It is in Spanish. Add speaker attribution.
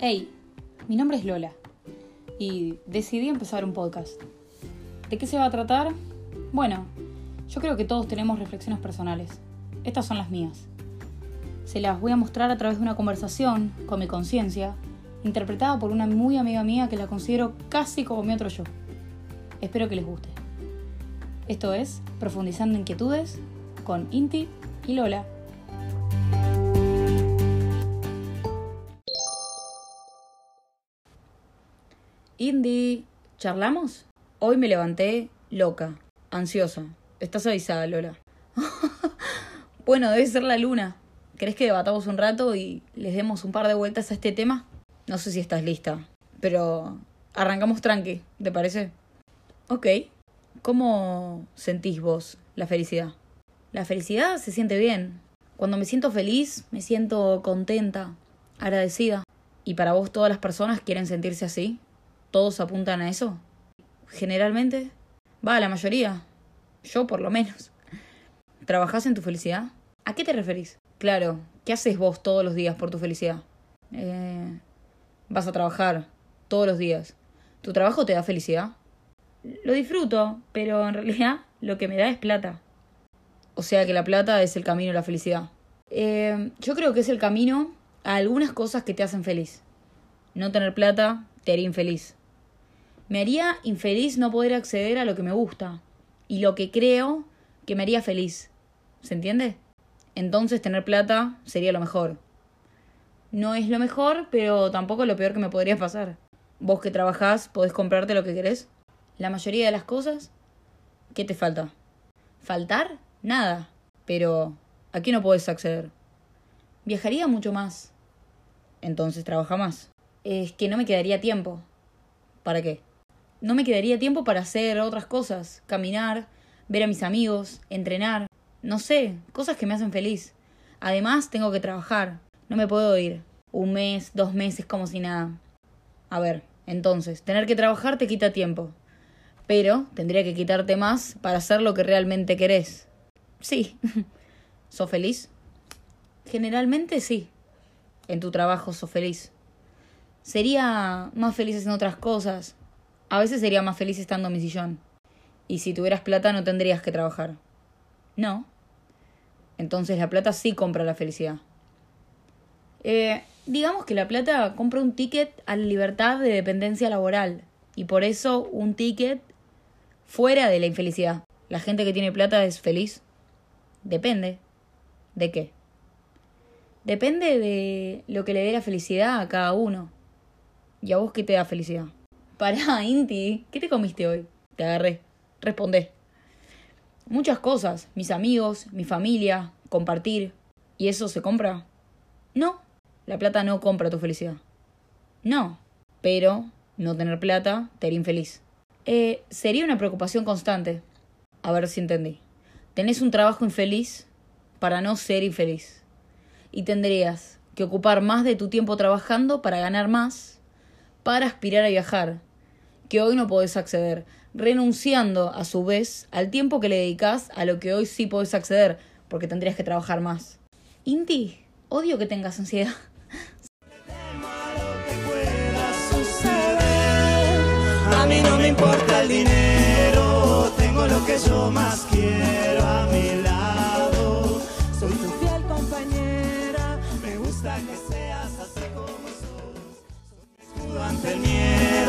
Speaker 1: Hey, mi nombre es Lola y decidí empezar un podcast. ¿De qué se va a tratar? Bueno, yo creo que todos tenemos reflexiones personales. Estas son las mías. Se las voy a mostrar a través de una conversación con mi conciencia, interpretada por una muy amiga mía que la considero casi como mi otro yo. Espero que les guste. Esto es Profundizando Inquietudes con Inti y Lola. Indy, ¿charlamos? Hoy me levanté loca, ansiosa. Estás avisada, Lola. bueno, debe ser la luna. ¿Crees que debatamos un rato y les demos un par de vueltas a este tema? No sé si estás lista, pero arrancamos tranqui, ¿te parece? Ok. ¿Cómo sentís vos la felicidad? La felicidad se siente bien. Cuando me siento feliz, me siento contenta, agradecida. ¿Y para vos todas las personas quieren sentirse así? ¿Todos apuntan a eso? Generalmente. Va, la mayoría. Yo por lo menos. ¿Trabajás en tu felicidad? ¿A qué te referís? Claro, ¿qué haces vos todos los días por tu felicidad? Eh, vas a trabajar todos los días. ¿Tu trabajo te da felicidad? Lo disfruto, pero en realidad lo que me da es plata. O sea que la plata es el camino a la felicidad. Eh, yo creo que es el camino a algunas cosas que te hacen feliz. No tener plata te haría infeliz. Me haría infeliz no poder acceder a lo que me gusta y lo que creo que me haría feliz. ¿Se entiende? Entonces tener plata sería lo mejor. No es lo mejor, pero tampoco lo peor que me podría pasar. Vos que trabajás, podés comprarte lo que querés. La mayoría de las cosas, ¿qué te falta? ¿Faltar? Nada. Pero, ¿a qué no podés acceder? Viajaría mucho más. Entonces trabaja más. Es que no me quedaría tiempo. ¿Para qué? No me quedaría tiempo para hacer otras cosas, caminar, ver a mis amigos, entrenar, no sé, cosas que me hacen feliz. Además, tengo que trabajar, no me puedo ir. Un mes, dos meses, como si nada. A ver, entonces, tener que trabajar te quita tiempo. Pero tendría que quitarte más para hacer lo que realmente querés. Sí. ¿Sos feliz? Generalmente sí. En tu trabajo sos feliz. Sería más feliz haciendo otras cosas. A veces sería más feliz estando en mi sillón. Y si tuvieras plata no tendrías que trabajar. No. Entonces la plata sí compra la felicidad. Eh, digamos que la plata compra un ticket a la libertad de dependencia laboral. Y por eso un ticket fuera de la infelicidad. ¿La gente que tiene plata es feliz? Depende. ¿De qué? Depende de lo que le dé la felicidad a cada uno. ¿Y a vos qué te da felicidad? Pará, Inti, ¿qué te comiste hoy? Te agarré. Respondé. Muchas cosas. Mis amigos, mi familia, compartir. ¿Y eso se compra? No. La plata no compra tu felicidad. No. Pero no tener plata te haría infeliz. Eh, sería una preocupación constante. A ver si entendí. Tenés un trabajo infeliz para no ser infeliz. Y tendrías que ocupar más de tu tiempo trabajando para ganar más, para aspirar a viajar, que hoy no podés acceder, renunciando a su vez al tiempo que le dedicás a lo que hoy sí podés acceder, porque tendrías que trabajar más. Inti, odio que tengas ansiedad.
Speaker 2: que pueda suceder. A mí no me importa el dinero, tengo lo que yo más quiero a mi lado. Soy tu fiel compañera, me gusta que seas así como sos. Soy un escudo ante el miedo.